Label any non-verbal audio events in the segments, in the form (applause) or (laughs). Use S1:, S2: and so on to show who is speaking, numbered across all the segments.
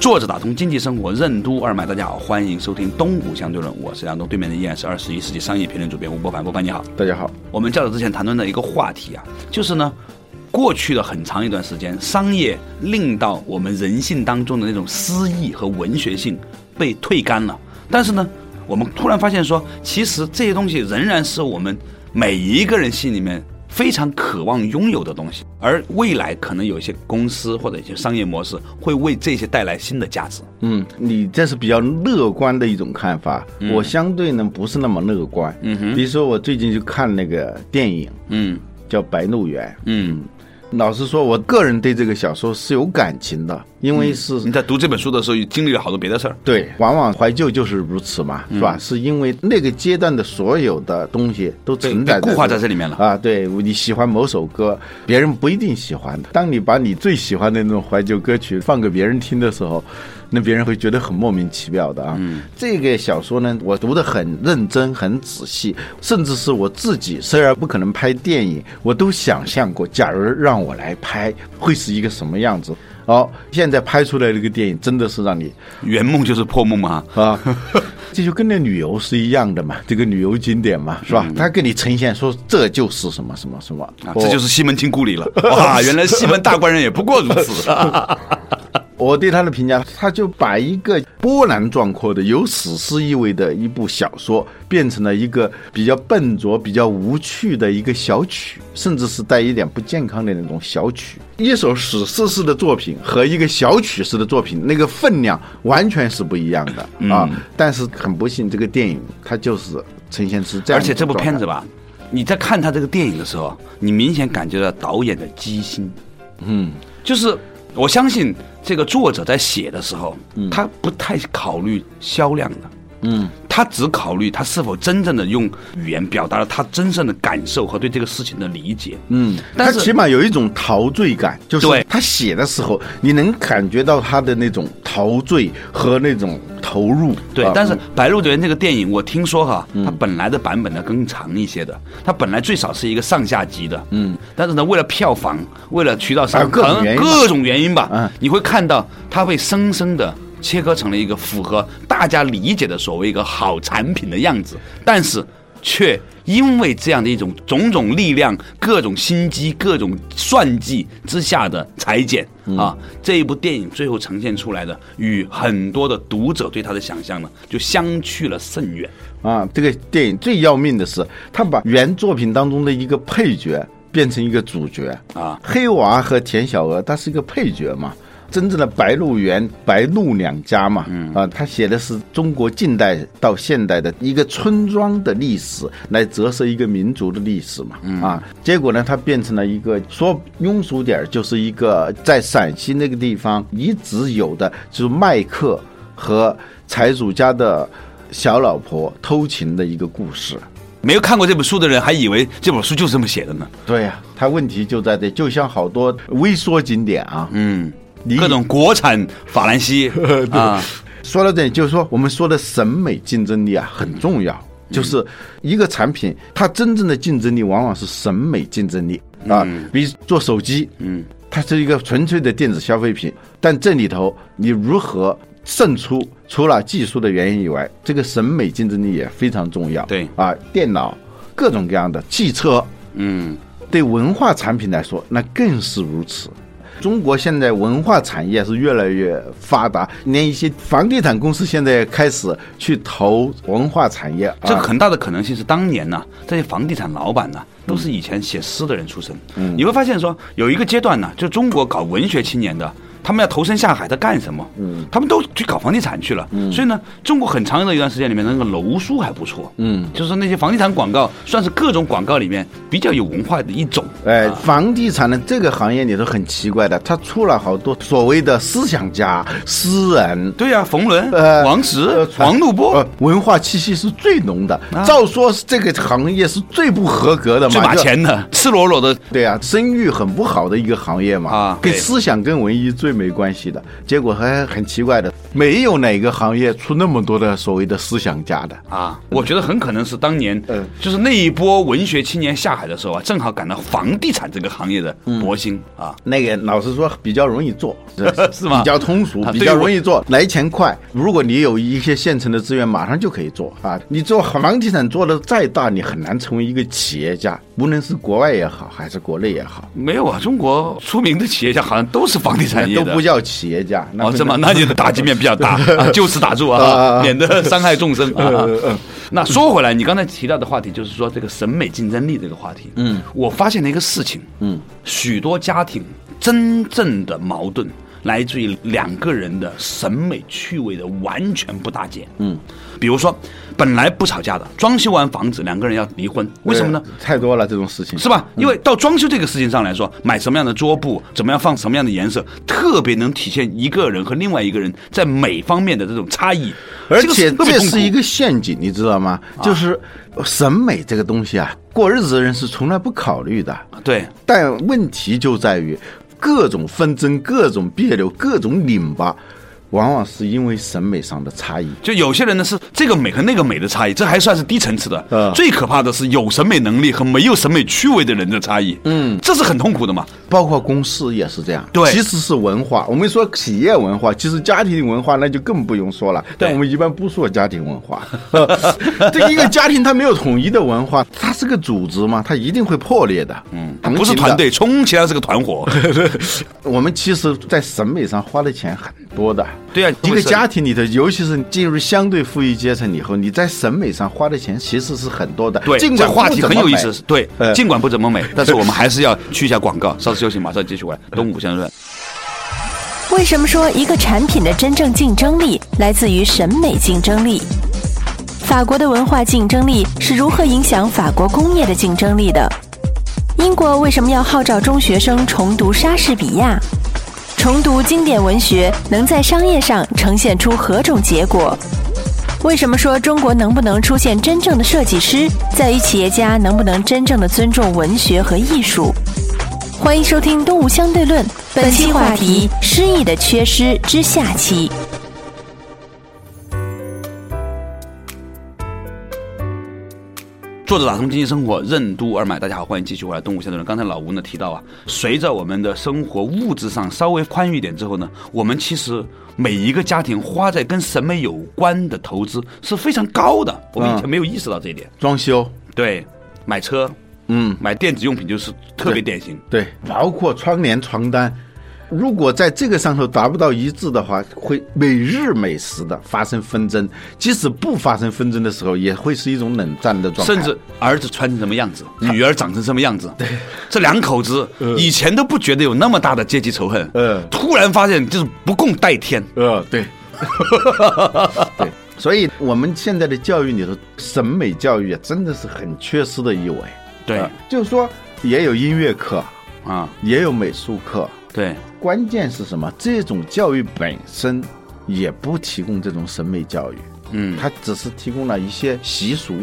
S1: 坐着打通经济生活任督二脉，大家好，欢迎收听《东吴相对论》，我是杨东，对面的依然是二十一世纪商业评论主编吴伯凡，吴伯凡你好。
S2: 大家好，
S1: 我们较早之前谈论的一个话题啊，就是呢，过去的很长一段时间，商业令到我们人性当中的那种诗意和文学性被退干了，但是呢，我们突然发现说，其实这些东西仍然是我们每一个人心里面非常渴望拥有的东西，而未来可能有一些公司或者一些商业模式会为这些带来新的价值。
S2: 嗯，你这是比较乐观的一种看法，我相对呢不是那么乐观。嗯哼，比如说我最近就看那个电影
S1: 嗯
S2: 叫《白鹿原》，
S1: 嗯。
S2: 老实说，我个人对这个小说是有感情的，因为是、
S1: 你在读这本书的时候，经历了好多别的事儿。
S2: 对，往往怀旧就是如此嘛，
S1: 嗯
S2: 是吧？是因为那个阶段的所有的东西都存在
S1: 被固化在
S2: 里
S1: 这里面了。
S2: 啊，对你喜欢某首歌，别人不一定喜欢的。当你把你最喜欢的那种怀旧歌曲放给别人听的时候，那别人会觉得很莫名其妙的啊。
S1: 嗯
S2: 这个小说呢，我读得很认真、很仔细，甚至是我自己虽然不可能拍电影，我都想象过，假如让我来拍，会是一个什么样子。哦，现在拍出来这个电影真的是让你
S1: 圆梦就是破梦嘛，
S2: 啊，这就跟那旅游是一样的嘛，这个旅游景点嘛，
S1: 嗯
S2: 是吧？他给你呈现说这就是什么什么什么，
S1: 啊，
S2: 我
S1: 这就是西门庆故里了。 (laughs) 哇，原来西门大官人也不过如 (laughs) 此。
S2: 我对他的评价，他就把一个波澜壮阔的、有史诗意味的一部小说，变成了一个比较笨拙、比较无趣的一个小曲，甚至是带一点不健康的那种小曲。一首史诗式的作品和一个小曲式的作品，那个分量完全是不一样的、啊！但是很不幸，这个电影它就是呈现出这样，
S1: 而且这部片子。吧，你在看他这个电影的时候，你明显感觉到导演的机心。嗯，就是我相信这个作者在写的时候，他不太考虑销量的。嗯，他只考虑他是否真正的用语言表达了他真正的感受和对这个事情的理解。嗯，但
S2: 他
S1: 是
S2: 起码有一种陶醉感，就是
S1: 对
S2: 他写的时候，你能感觉到他的那种陶醉和那种投入。
S1: 对
S2: 啊，
S1: 但是《白鹿原》这个电影，我听说哈，它本来的版本呢更长一些的，它本来最少是一个上下集的，嗯，但是呢，为了票房，为了渠道
S2: 还有
S1: 上
S2: 各种
S1: 可能
S2: 原因吧
S1: 各种原因吧，
S2: 嗯
S1: 你会看到它会生生的切割成了一个符合大家理解的所谓一个好产品的样子，但是却因为这样的一种种种力量、各种心机、各种算计之下的裁剪、
S2: 嗯
S1: 啊，这一部电影最后呈现出来的，与很多的读者对它的想象呢，就相去了甚远。
S2: 啊，这个电影最要命的是，他把原作品当中的一个配角变成一个主角
S1: 啊
S2: 黑娃和田小娥，她是一个配角嘛。真正的白鹿原、白鹿两家嘛，嗯啊，他写的是中国近代到现代的一个村庄的历史，来折射一个民族的历史嘛，啊，结果呢，它变成了一个说庸俗点儿，就是一个在陕西那个地方一直有的，就是麦克和财主家的小老婆偷情的一个故事。
S1: 没有看过这本书的人还以为这本书就是这么写的呢。
S2: 对呀、它问题就在这，就像好多微缩景点啊，
S1: 嗯，
S2: 你
S1: 各种国产法
S2: (laughs)
S1: 兰西啊，
S2: 说到这里，就是说我们说的审美竞争力啊很重要，就是一个产品它真正的竞争力往往是审美竞争力啊，比如做手机，嗯，它是一个纯粹的电子消费品，但这里头你如何胜出，除了技术的原因以外，这个审美竞争力也非常重要。
S1: 对
S2: 啊，电脑各种各样的汽车，
S1: 嗯，
S2: 对文化产品来说，那更是如此。中国现在文化产业是越来越发达，连一些房地产公司现在开始去投文化产业。
S1: 这个
S2: 啊、
S1: 很大的可能性是当年呢、这些房地产老板
S2: 嗯
S1: 呢、都是以前写诗的人出身。你会发现说，有一个阶段呢、就中国搞文学青年的，他们要投身下海，他干什么？嗯，他们都去搞房地产去了。嗯，所以呢，中国很长的一段时间里面，那个楼叔还不错。
S2: 嗯，
S1: 就是那些房地产广告，算是各种广告里面比较有文化的一种。
S2: 哎，房地产的这个行业里头很奇怪的，它出了好多所谓的思想家、诗人。
S1: 对呀、冯仑、
S2: 呃，
S1: 王石、
S2: 呃
S1: 王怒波、啊
S2: 呃文化气息是最浓的。照说是这个行业是最不合格的嘛，
S1: 最把
S2: 就
S1: 钱的、赤裸裸的
S2: 对啊，声誉很不好的一个行业嘛，
S1: 啊
S2: 跟
S1: 对
S2: 思想跟文艺最没关系的。结果还很奇怪的，没有哪个行业出那么多的所谓的思想家的。
S1: 啊，我觉得很可能是当年
S2: 嗯，
S1: 就是那一波文学青年下海的时候啊，正好赶到房地产这个行业的
S2: 嗯
S1: 博兴啊。
S2: 那个老实说比较容易 (laughs) 做，
S1: 是吗
S2: 比较通俗
S1: 啊，
S2: 比
S1: 对于
S2: 较
S1: 我
S2: 容易做，来钱快。如果你有一些现成的资源，马上就可以做啊！你做房地产做的再大，你很难成为一个企业家，无论是国外也好，还是国内也好，
S1: 没有啊，中国出名的企业家好像都是房地产业
S2: 都
S1: 的
S2: 不。叫企业家。那
S1: 哦，是吗？那你的打击面比较 (laughs) 大啊，就此打住啊，
S2: 啊
S1: 免得伤害众 (laughs) 生啊
S2: 呃呃。
S1: 那说回来，你刚才提到的话题就是说这个审美竞争力这个话题。嗯，我发现了一个事情。嗯，许多家庭真正的矛盾来自于两个人的审美趣味的完全不搭界。嗯，比如说本来不吵架的，装修完房子两个人要离婚，为什么呢？
S2: 呃太多了这种事情
S1: 是？吧？因为到装修这个事情上来说，买什么样的桌布，怎么样放什么样的颜色，特别能体现一个人和另外一个人在美方面的这种差异。
S2: 而
S1: 个
S2: 且
S1: 特别
S2: 这
S1: 痛苦
S2: 是一个陷阱，你知道吗？
S1: 啊
S2: 就是审美这个东西啊，过日子的人是从来不考虑的。
S1: 对
S2: 但问题就在于，各种纷争、各种别扭、各种拧巴，往往是因为审美上的差异。
S1: 就有些人呢是这个美和那个美的差异，这还算是低层次的。
S2: 嗯
S1: 最可怕的是有审美能力和没有审美趣味的人的差异。嗯，这是很痛苦的嘛。
S2: 包括公司也是这样，
S1: 对
S2: 其实是文化。我们说企业文化，其实家庭文化那就更不用说了。但我们一般不说家庭文化， (laughs) 这一个家庭它没有统一的文化，它是个组织嘛，它一定会破裂的。嗯，
S1: 不是团队冲起来是个
S2: (laughs)
S1: 团伙。
S2: 我们其实，在审美上花的钱很多的。
S1: 对啊
S2: 一
S1: 会
S2: 个
S1: 是
S2: 家庭里头，尤其是进入相对富裕阶层以后，你在审美上花的钱其实是很多的。
S1: 对，
S2: 尽
S1: 这
S2: 管
S1: 话
S2: 不
S1: 题
S2: 怎
S1: 很
S2: 么
S1: 有意
S2: 买
S1: 思。对，
S2: 呃
S1: 尽管不怎
S2: (laughs)
S1: 么美，但是 (laughs) 我们还是要去一下广告，稍事休息，马上继续回来。东吴相对论。
S3: 为什么说一个产品的真正竞争力来自于审美竞争力？法国的文化竞争力是如何影响法国工业的竞争力的？英国为什么要号召中学生重读莎士比亚？重读经典文学能在商业上呈现出何种结果？为什么说中国能不能出现真正的设计师，在于企业家能不能真正的尊重文学和艺术？欢迎收听《东吴相对论》，本期话题：诗意的缺失之下期。
S1: 作者打通经济生活任督二脉，大家好，欢迎继续回来《动物相对论》。刚才老吴呢提到啊，随着我们的生活物质上稍微宽裕一点之后呢，我们其实每一个家庭花在跟审美有关的投资是非常高的，我们以前没有意识到这一点。
S2: 装修，
S1: 对，买车，
S2: 嗯，
S1: 买电子用品就是特别典型。
S2: 对，包括窗帘、床单。如果在这个上头达不到一致的话，会每日每时的发生纷争。即使不发生纷争的时候，也会是一种冷战的状态。嗯
S1: 甚至儿子穿成什么样子，女儿长成什么样子，这两口子以前都不觉得有那么大的阶级仇恨，
S2: 嗯
S1: 突然发现就是不共戴天，
S2: 呃，对， (laughs) 对，所以我们现在的教育里头，审美教育啊，真的是很缺失的一位。
S1: 对
S2: 呃就是说也有音乐课，
S1: 啊，
S2: 也有美术课，
S1: 对。
S2: 关键是什么？这种教育本身也不提供这种审美教育，
S1: 嗯
S2: 它只是提供了一些习俗，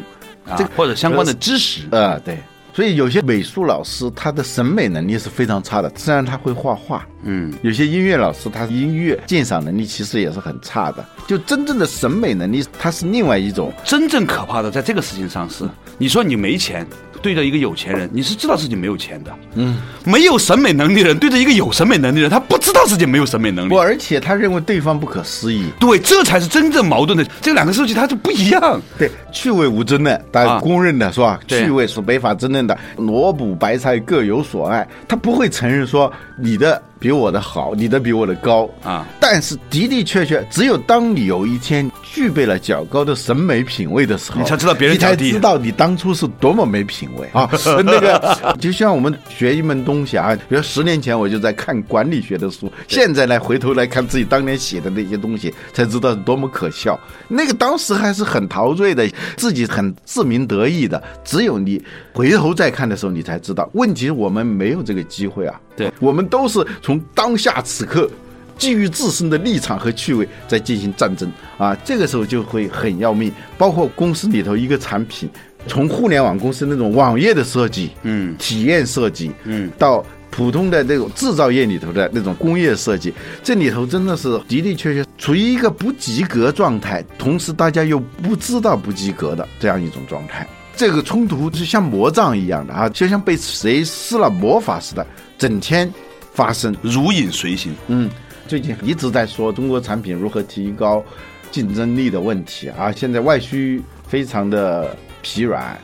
S1: 啊
S2: 这个，
S1: 或者相关的知识。
S2: 呃，对。所以有些美术老师他的审美能力是非常差的，虽然他会画画，
S1: 嗯，
S2: 有些音乐老师他音乐鉴赏能力其实也是很差的。就真正的审美能力，它是另外一种。
S1: 真正可怕的在这个事情上是，你说你没钱，对着一个有钱人，你是知道自己没有钱的。嗯，没有审美能力的人对着一个有审美能力的人，他不知道自己没有审美能力
S2: 不，。而且他认为对方不可思议，
S1: 对，这才是真正矛盾的。这两个事情它就不一样。
S2: 对，趣味无争论，大
S1: 啊
S2: 家公认的是吧？
S1: 对
S2: 趣味是没法争论的，萝卜白菜各有所爱，他不会承认说你的比我的好，你的比我的高
S1: 啊。
S2: 但是的的确确，只有当你有一天具备了较高的审美品味的时候，
S1: 你才知道别人啊
S2: 你才
S1: 脚低
S2: 知道你当初是多么没品味
S1: (laughs)
S2: 啊。那个就像我们学一门东西啊，比如十年前我就在看管理学的书，现在来回头来看自己当年写的那些东西，才知道多么可笑。那个当时还是很陶醉的，自己很自鸣得意的。只有你回头再看的时候，你才知道，问题是我们没有这个机会啊。
S1: 对，
S2: 我们都是从当下此刻。基于自身的立场和趣味在进行战争啊，这个时候就会很要命。包括公司里头一个产品，从互联网公司那种网页的设计，嗯，体验设计，嗯，到普通的那种制造业里头的那种工业设计，这里头真的是的的确确处于一个不及格状态，同时大家又不知道不及格的这样一种状态。这个冲突是像魔杖一样的啊，就像被谁施了魔法似的，整天发生。
S1: 如影随形。
S2: 嗯，最近一直在说中国产品如何提高竞争力的问题啊，现在外需非常的疲软，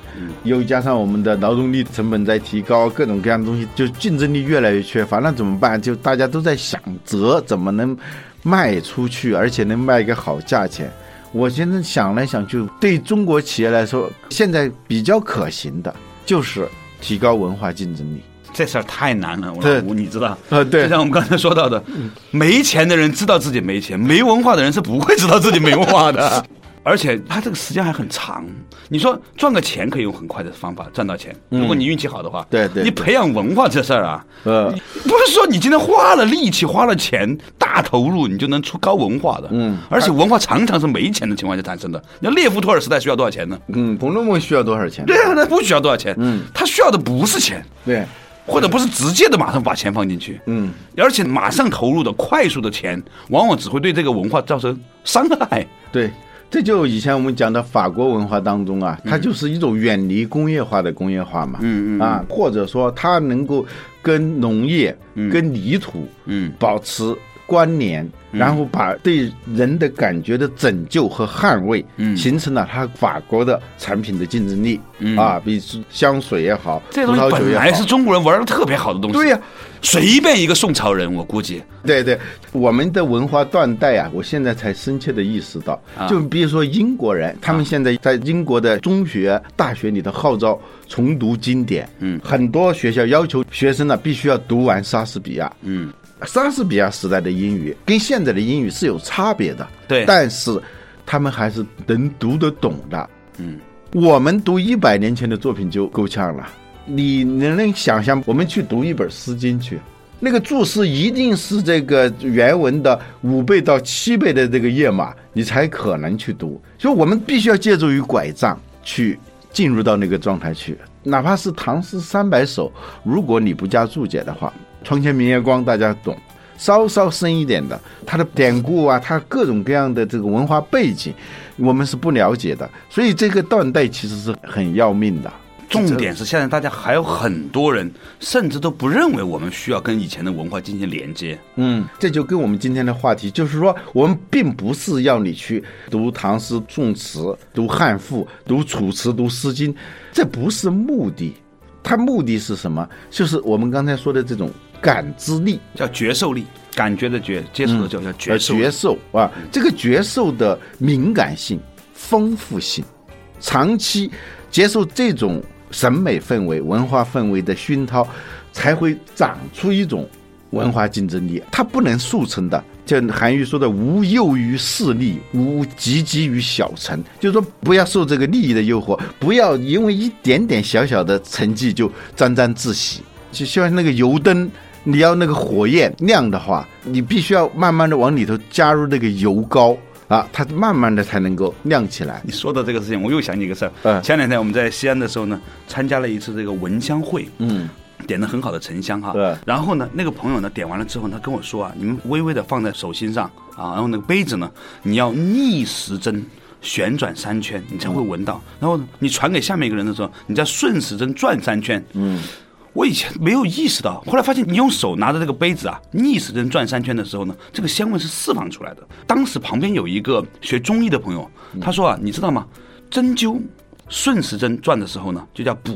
S2: 又加上我们的劳动力成本在提高，各种各样的东西，就竞争力越来越缺乏，那怎么办？就大家都在想辙，怎么能卖出去，而且能卖个好价钱。我现在想来想去，对中国企业来说，现在比较可行的就是提高文化竞争力。
S1: 这事儿太难了，我
S2: 对
S1: 老吴，你知道？
S2: 啊对
S1: 就像我们刚才说到的，没钱的人知道自己没钱，没文化的人是不会知道自己没文
S2: (laughs)
S1: 化的。而且他这个时间还很长，你说赚个钱可以用很快的方法赚到钱，如果你运气好的话，
S2: 嗯对对
S1: 你
S2: 对
S1: 培养文化这事儿啊，
S2: 呃
S1: 你不是说你今天花了力气、花了钱、大投入，你就能出高文化的，嗯，而且文化常常是没钱的情况下产生的。你看列夫托尔时代需要多少钱呢？
S2: 嗯，《红楼梦》需要多少钱？
S1: 对啊，他不需要多少钱，嗯，他需要的不是钱，
S2: 对，
S1: 或者不是直接的马上把钱放进去，
S2: 嗯，
S1: 而且马上投入的快速的钱，往往只会对这个文化造成伤害。
S2: 对，这就以前我们讲的法国文化当中啊，它就是一种远离工业化的工业化嘛，嗯嗯啊，或者说它能够跟农业、跟泥土，嗯，保持关联。然后把对人的感觉的拯救和捍卫，嗯，形成了它法国的产品的竞争力，嗯啊，比如香水也好，
S1: 这
S2: 葡
S1: 东西
S2: 萄酒
S1: 本
S2: 也好，
S1: 来是中国人玩的特别好的东西，
S2: 对呀
S1: 随便一个宋朝人，我估计
S2: 对对，我们的文化断代啊，我现在才深切的意识到，就比如说英国人，他们现在在英国的中学、大学里头号召重读经典，嗯，很多学校要求学生呢、必须要读完莎士比亚，嗯，莎士比亚时代的英语跟现在的英语是有差别的，
S1: 对
S2: 但是他们还是能读得懂的，嗯，我们读一百年前的作品就够呛了。你能不能想象，我们去读一本《诗经》去，那个注释一定是这个原文的五倍到七倍的这个页码，你才可能去读。所以我们必须要借助于拐杖去进入到那个状态去。哪怕是《唐诗三百首》，如果你不加注解的话，《床前明月光》大家懂，稍稍深一点的，它的典故啊，它各种各样的这个文化背景，我们是不了解的。所以这个断代其实是很要命的。
S1: 重点是现在大家还有很多人甚至都不认为我们需要跟以前的文化进行连接。
S2: 嗯，这就跟我们今天的话题，就是说，我们并不是要你去读唐诗、宋词、读汉赋、读楚辞、读诗经，这不是目的。它目的是什么？就是我们刚才说的这种感知力、
S1: 叫觉受力，感觉的觉，接受的叫叫觉
S2: 呃
S1: 受力。
S2: 觉受啊，这个觉受的敏感性、丰富性，长期接受这种审美氛围、文化氛围的熏陶，才会长出一种文化竞争力。它不能速成的，就韩愈说的“无囿于势利，无汲汲于小成”，就是说不要受这个利益的诱惑，不要因为一点点小小的成绩就沾沾自喜。就像那个油灯，你要那个火焰亮的话，你必须要慢慢的往里头加入那个油膏啊，它慢慢的才能够亮起来。
S1: 你说到这个事情，我又想起一个事儿。
S2: 嗯
S1: 前两天我们在西安的时候呢，参加了一次这个蚊香会，
S2: 嗯，
S1: 点了很好的沉香哈。
S2: 对
S1: 然后呢，那个朋友呢点完了之后，他跟我说啊，你们微微的放在手心上啊，然后那个杯子呢，你要逆时针。旋转三圈，你才会
S2: 嗯
S1: 闻到。然后呢你传给下面一个人的时候，你再顺时针转三圈。嗯，我以前没有意识到，后来发现你用手拿着这个杯子啊，逆时针转三圈的时候呢，这个香味是释放出来的。当时旁边有一个学中医的朋友，他说啊，你知道吗？针灸顺时针转的时候呢，就叫补；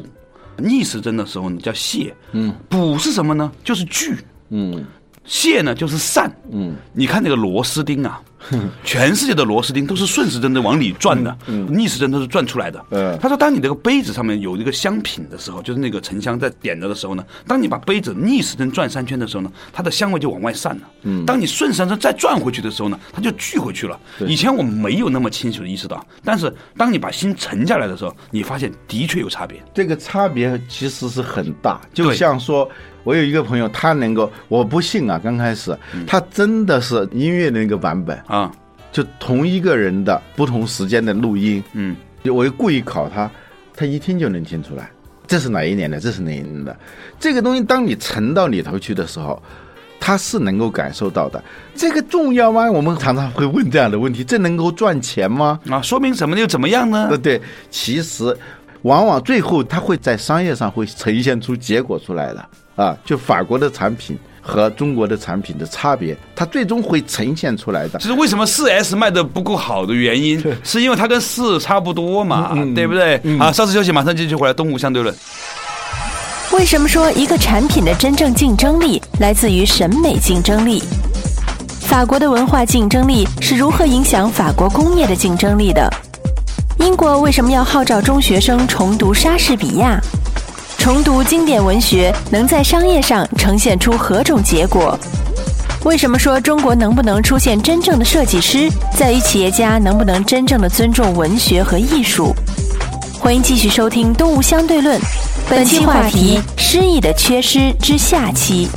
S1: 逆时针的时候呢，叫泻。嗯，补是什么呢？就是聚。嗯，谢呢就是善，嗯，你看那个螺丝钉啊， (laughs) 全世界的螺丝钉都是顺时针的往里转的，逆时针都是转出来的。
S2: 嗯
S1: 他说，当你这个杯子上面有一个香品的时候，就是那个沉香在点着的时候呢，当你把杯子逆时针转三圈的时候呢，它的香味就往外散了。嗯，当你顺时针再转回去的时候呢，它就聚回去了。以前我没有那么清楚的意识到，但是当你把心沉下来的时候，你发现的确有差别。
S2: 这个差别其实是很大，就
S1: 对
S2: 像说，我有一个朋友，他能够，我不信啊，刚开始
S1: 嗯
S2: 他真的是音乐的那个版本，
S1: 啊，
S2: 就同一个人的不同时间的录音，
S1: 嗯，
S2: 就我又故意考他，他一听就能听出来，这是哪一年的，这是哪一年的。这个东西，当你沉到里头去的时候，他是能够感受到的。这个重要吗？我们常常会问这样的问题：这能够赚钱吗？
S1: 啊，说明什么又怎么样呢
S2: 呃，？对，其实往往最后它会在商业上会呈现出结果出来的啊，就法国的产品和中国的产品的差别，它最终会呈现出来的。
S1: 就是为什么四 S 卖的不够好的原因，是因为它跟四差不多嘛，对不对？好，稍事休息，马上继续回来。东吴相对论，
S3: 为什么说一个产品的真正竞争力来自于审美竞争力？法国的文化竞争力是如何影响法国工业的竞争力的？英国为什么要号召中学生重读莎士比亚？重读经典文学能在商业上呈现出何种结果？为什么说中国能不能出现真正的设计师，在于企业家能不能真正的尊重文学和艺术？欢迎继续收听《东吴相对论》，本期话题：诗意的缺失之下期。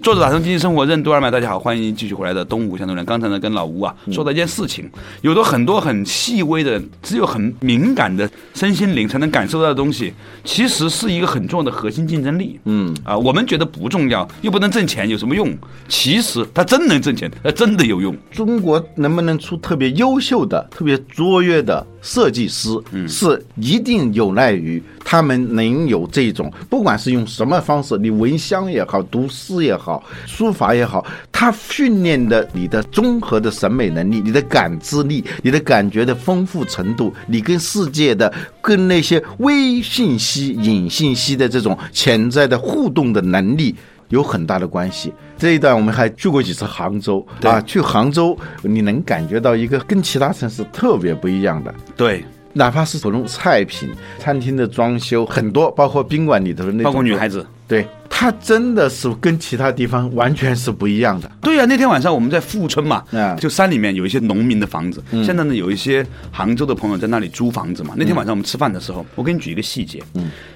S1: 作者打通经济生活任督二脉，大家好，欢迎继续回来的东吴相对论。刚才呢，跟老吴啊说到一件事情，有的很多很细微的，只有很敏感的身心灵才能感受到的东西，其实是一个很重要的核心竞争力。嗯，啊，我们觉得不重要，又不能挣钱，有什么用？其实它真能挣钱，它真的有用。
S2: 中国能不能出特别优秀的、特别卓越的设计师，是一定有赖于他们能有这种，不管是用什么方式，你闻香也好，读诗也好，书法也好，他训练的你的综合的审美能力、你的感知力、你的感觉的丰富程度，你跟世界的、跟那些微信息、隐信息的这种潜在的互动的能力。有很大的关系。这一段我们还去过几次杭州啊，去杭州你能感觉到一个跟其他城市特别不一样的，
S1: 对，
S2: 哪怕是普通菜品、餐厅的装修，很多包括宾馆里头的那种，
S1: 包括女孩子。
S2: 对它真的是跟其他地方完全是不一样的。
S1: 对呀、那天晚上我们在富春嘛，
S2: 嗯
S1: 就山里面有一些农民的房子。现在呢，有一些杭州的朋友在那里租房子嘛。那天晚上我们吃饭的时候，我给你举一个细节，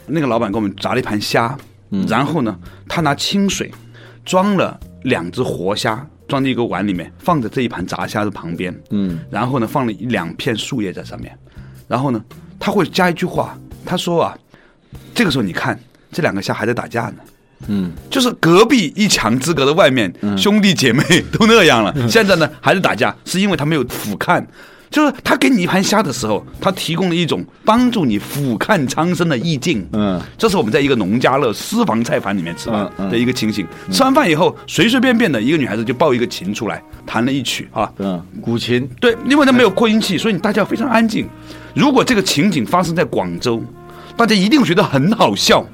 S1: 那个老板给我们炸了一盘虾，然后呢，他拿清水装了两只活虾。装进一个碗里面，放在这一盘炸虾的旁边，嗯，然后呢，放了一两片树叶在上面，然后呢，他会加一句话，他说啊，这个时候你看这两个虾还在打架呢，
S2: 嗯
S1: 就是隔壁一墙之隔的外面，兄弟姐妹都那样
S2: 嗯
S1: 了，现在呢还是打架，是因为他没有俯瞰。就是他给你一盘虾的时候，他提供了一种帮助你俯瞰苍生的意境。
S2: 嗯，
S1: 这是我们在一个农家乐私房菜馆里面吃饭
S2: 嗯嗯
S1: 的一个情形。吃完饭以后，随随便便的一个女孩子就抱一个琴出来，弹了一曲啊，
S2: 嗯，古琴
S1: 对，因为它没有扩音器，所以大家非常安静。如果这个情景发生在广州，大家一定觉得很
S2: (laughs)
S1: 好笑；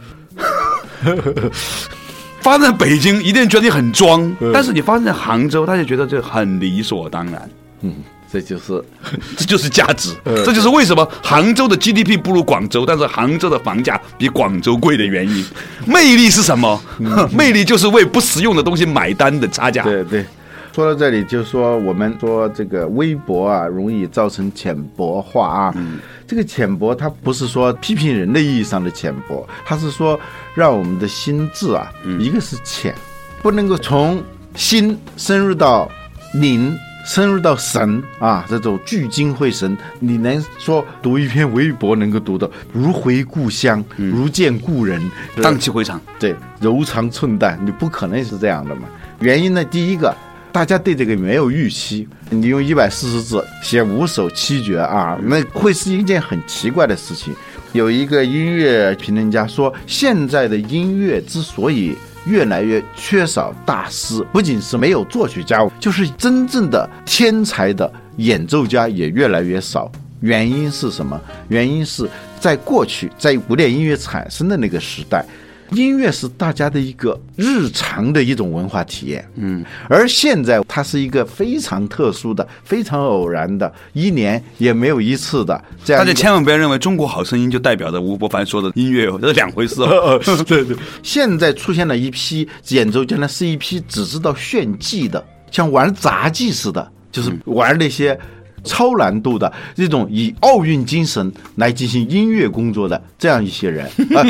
S1: 发生在北京，一定觉得你很装。
S2: 嗯
S1: 但是你发生在杭州，大家觉得这很理所当然。
S2: 这就是
S1: 这就是价值，
S2: 嗯
S1: 这就是为什么杭州的 GDP 不如广州，但是杭州的房价比广州贵的原因。魅力是什么？ (laughs) 魅力就是为不实用的东西买单的差价。
S2: 嗯对对。说到这里，就说我们说这个微博啊，容易造成浅薄化啊。这个浅薄，它不是说批评人的意义上的浅薄，它是说让我们的心智啊，一个是浅，不能够从心深入到灵，深入到神啊，这种聚精会神。你能说读一篇微博能够读到如回故乡，如见故人，
S1: 荡气回肠。
S2: 对，柔肠寸断，你不可能是这样的嘛。原因呢，第一个，大家对这个没有预期，你用一百四十字写五首七绝啊，那会是一件很奇怪的事情。有一个音乐评论家说，现在的音乐之所以越来越缺少大师，不仅是没有作曲家，就是真正的天才的演奏家也越来越少。原因是什么？原因是在过去，在古典音乐产生的那个时代，音乐是大家的一个日常的一种文化体验。嗯，而现在它是一个非常特殊的、非常偶然的，一年也没有一次的这样
S1: 大
S2: 一
S1: 家
S2: 个。
S1: 千万不要认为《中国好声音》就代表着吴伯凡说的音乐，这是两回事哦。 (laughs) 对对，
S2: 现在出现了一批演奏家呢，是一批只知道炫技的，像玩杂技似的，就是玩那些超难度的这种以奥运精神来进行音乐工作的这样一些人啊。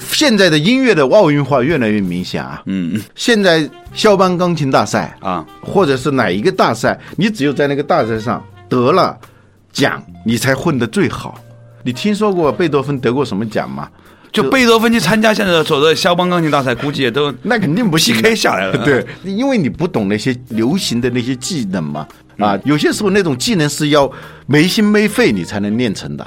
S2: 现在的音乐的奥运化越来越明显啊。嗯，现在肖邦钢琴大赛
S1: 啊，
S2: 或者是哪一个大赛，你只有在那个大赛上得了奖，你才混得最好。你听说过贝多芬得过什么奖吗？
S1: 就贝多芬去参加现在所谓的肖邦钢琴大赛，估计也都
S2: 那肯定不行啊
S1: PK 下来
S2: (laughs)
S1: 了啊
S2: 对，因为你不懂那些流行的那些技能嘛，啊，有些时候那种技能是要没心没肺你才能练成的。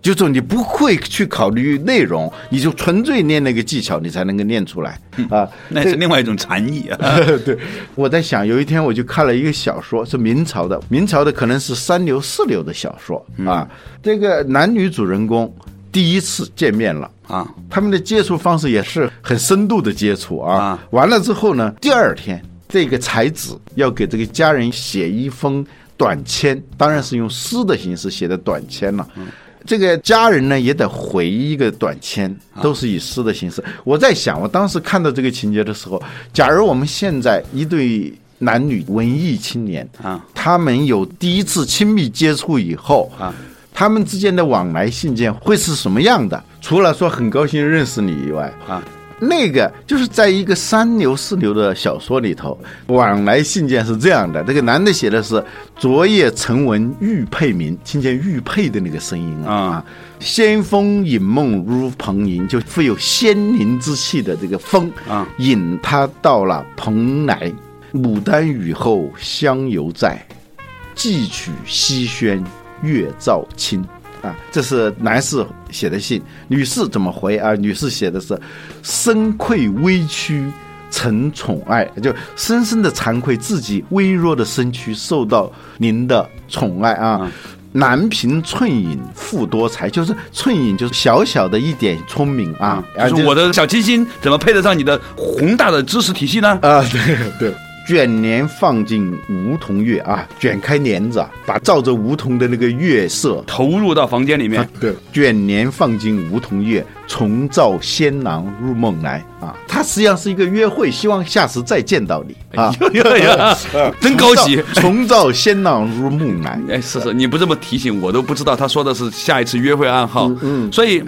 S2: 就是说你不会去考虑内容，你就纯粹练那个技巧，你才能够练出来啊。 (laughs)
S1: 那是另外一种禅意啊。
S2: 对，我在想，有一天我就看了一个小说，是明朝的，明朝的可能是三流四流的小说啊。这个男女主人公第一次见面了
S1: 啊，
S2: 他们的接触方式也是很深度的接触啊。
S1: 啊
S2: 完了之后呢，第二天这个才子要给这个家人写一封短签，当然是用诗的形式写的短签了。
S1: 嗯
S2: 这个家人呢也得回一个短签，
S1: 啊
S2: 都是以诗的形式。我在想，我当时看到这个情节的时候，假如我们现在一对男女文艺青年
S1: 啊，
S2: 他们有第一次亲密接触以后
S1: 啊，
S2: 他们之间的往来信件会是什么样的？除了说很高兴认识你以外
S1: 啊。
S2: 那个就是在一个三流四流的小说里头，往来信件是这样的：这个男的写的是“昨夜晨闻玉佩鸣”，听见玉佩的那个声音啊，
S1: 啊
S2: 仙风引梦如蓬瀛，就富有仙灵之气的这个风
S1: 啊，
S2: 引他到了蓬莱。牡丹雨后香犹在，寄取西轩月照清。啊，这是男士写的信，女士怎么回啊？女士写的是“深愧微躯，曾宠爱”，就深深的惭愧自己微弱的身躯受到您的宠爱啊。
S1: 嗯
S2: 南屏寸影富多才，就是寸影，就是小小的一点聪明啊。啊
S1: 嗯就是我的小清新怎么配得上你的宏大的知识体系呢？
S2: 啊， (laughs) 对对。卷帘放进梧桐月啊，卷开帘子啊，把照着梧桐的那个月色，
S1: 投入到房间里
S2: (laughs)
S1: 面，
S2: 对，卷帘放进梧桐月，重照仙郎入梦来啊。它实际上是一个约会，希望下次再见到你啊。(laughs)
S1: 哎呀，真高级。
S2: 重照仙郎入梦来，
S1: 哎，是是，你不这么提醒我都不知道他说的是下一次约会暗号。嗯，所以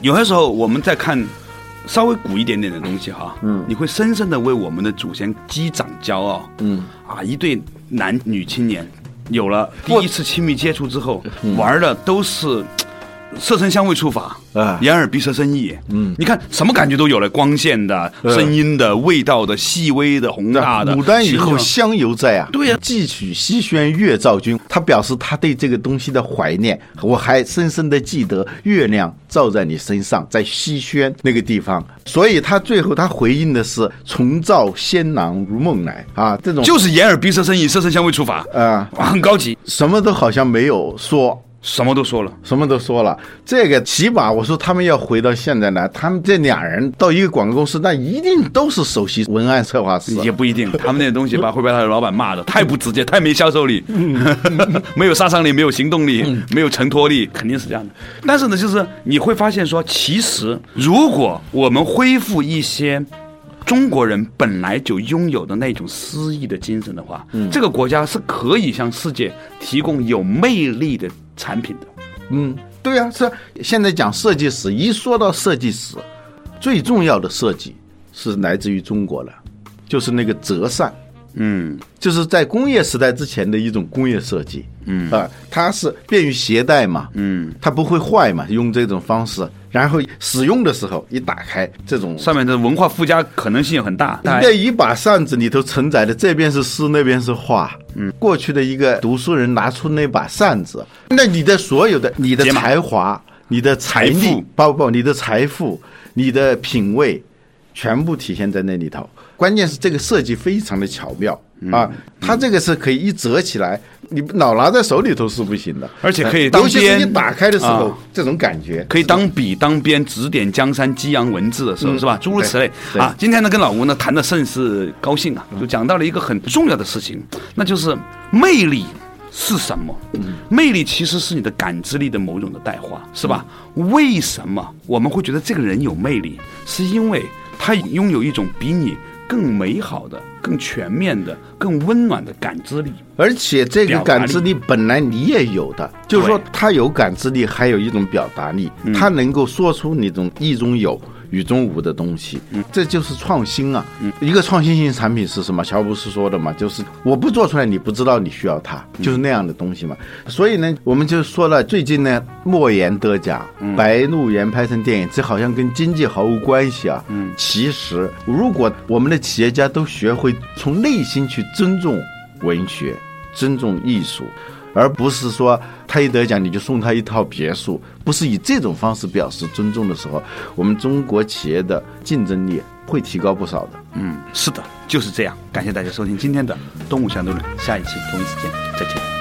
S1: 有些时候我们在看稍微古一点点的东西哈，嗯，你会深深的为我们的祖先击掌骄傲。嗯，啊，一对男女青年有了第一次亲密接触之后，玩的都是。色身香味触法
S2: 啊
S1: 眼耳鼻舌身意，哎嗯，你看什么感觉都有了，光线的、声音的、味道的、细微的、宏大的。
S2: 牡丹
S1: 以
S2: 以后香犹在啊。
S1: 对呀
S2: 寄取西轩月照君，他表示他对这个东西的怀念。我还深深的记得月亮照在你身上，在西轩那个地方。所以他最后他回应的是“重照仙郎如梦来”啊，这种
S1: 就是眼耳鼻舌身意，色身香味触法，
S2: 啊、
S1: 哇很高级。
S2: 什么都好像没有说。
S1: 什么都说了，
S2: 什么都说了，这个起码我说他们要回到现在来，他们这俩人到一个广告公司，那一定都是首席文案策划师，
S1: 也不一定。他们那些东西吧，会被他的老板骂的太不直接，太没销售力， (laughs) 没有杀伤力，没有行动力，没有承托力，肯定是这样的。但是呢，就是你会发现说，其实如果我们恢复一些。中国人本来就拥有的那种诗意的精神的话，这个国家是可以向世界提供有魅力的产品的。
S2: 嗯，对呀、啊，是啊现在讲设计史，一说到设计史，最重要的设计是来自于中国的，就是那个折扇，
S1: 嗯，
S2: 就是在工业时代之前的一种工业设计，嗯啊、它是便于携带嘛，嗯，它不会坏嘛，用这种方式，然后使用的时候一打开这种。
S1: 上面的文化附加可能性很大。但
S2: 那一把扇子里头承载的这边是诗，那边是画。嗯，过去的一个读书人拿出那把扇子，那你的所有的你的
S1: 解码
S2: 才华、你的财
S1: 财
S2: 力
S1: 富，
S2: 包括你的财富、你的品味，全部体现在那里头。关键是这个设计非常的巧妙
S1: 嗯
S2: 啊，它这个是可以一折起来，你老拿在手里头是不行的，
S1: 而且可以
S2: 呃
S1: 当
S2: 尤其是
S1: 边
S2: 你打开的时候
S1: 啊，
S2: 这种感觉
S1: 可以当笔当鞭，指点江山，激扬文字的时候，
S2: 嗯
S1: 是吧？诸如此类
S2: 对嗯
S1: 啊。今天呢，跟老吴呢谈的甚是高兴啊，就讲到了一个很重要的事情，那就是魅力是什么？
S2: 嗯
S1: 魅力其实是你的感知力的某种的代化，是吧？为什么我们会觉得这个人有魅力？是因为他拥有一种比你更美好的、更全面的、更温暖的感知力。
S2: 而且这个
S1: 表达
S2: 感知力本来你也有的，就是说
S1: 对
S2: 他有感知力，还有一种表达力，他能够说出你这种意中有。与中无的东西，这就是创新啊！一个创新性产品是什么？乔布斯说的嘛，就是我不做出来，你不知道你需要它，就是那样的东西嘛。所以呢，我们就说了，最近呢，莫言得奖，白鹿原拍成电影，这好像跟经济毫无关系啊。其实如果我们的企业家都学会从内心去尊重文学，尊重艺术，而不是说他一得奖你就送他一套别墅，不是以这种方式表示尊重的时候，我们中国企业的竞争力会提高不少的。
S1: 嗯，是的，就是这样。感谢大家收听今天的《动物相对论》，下一期同一时间再见。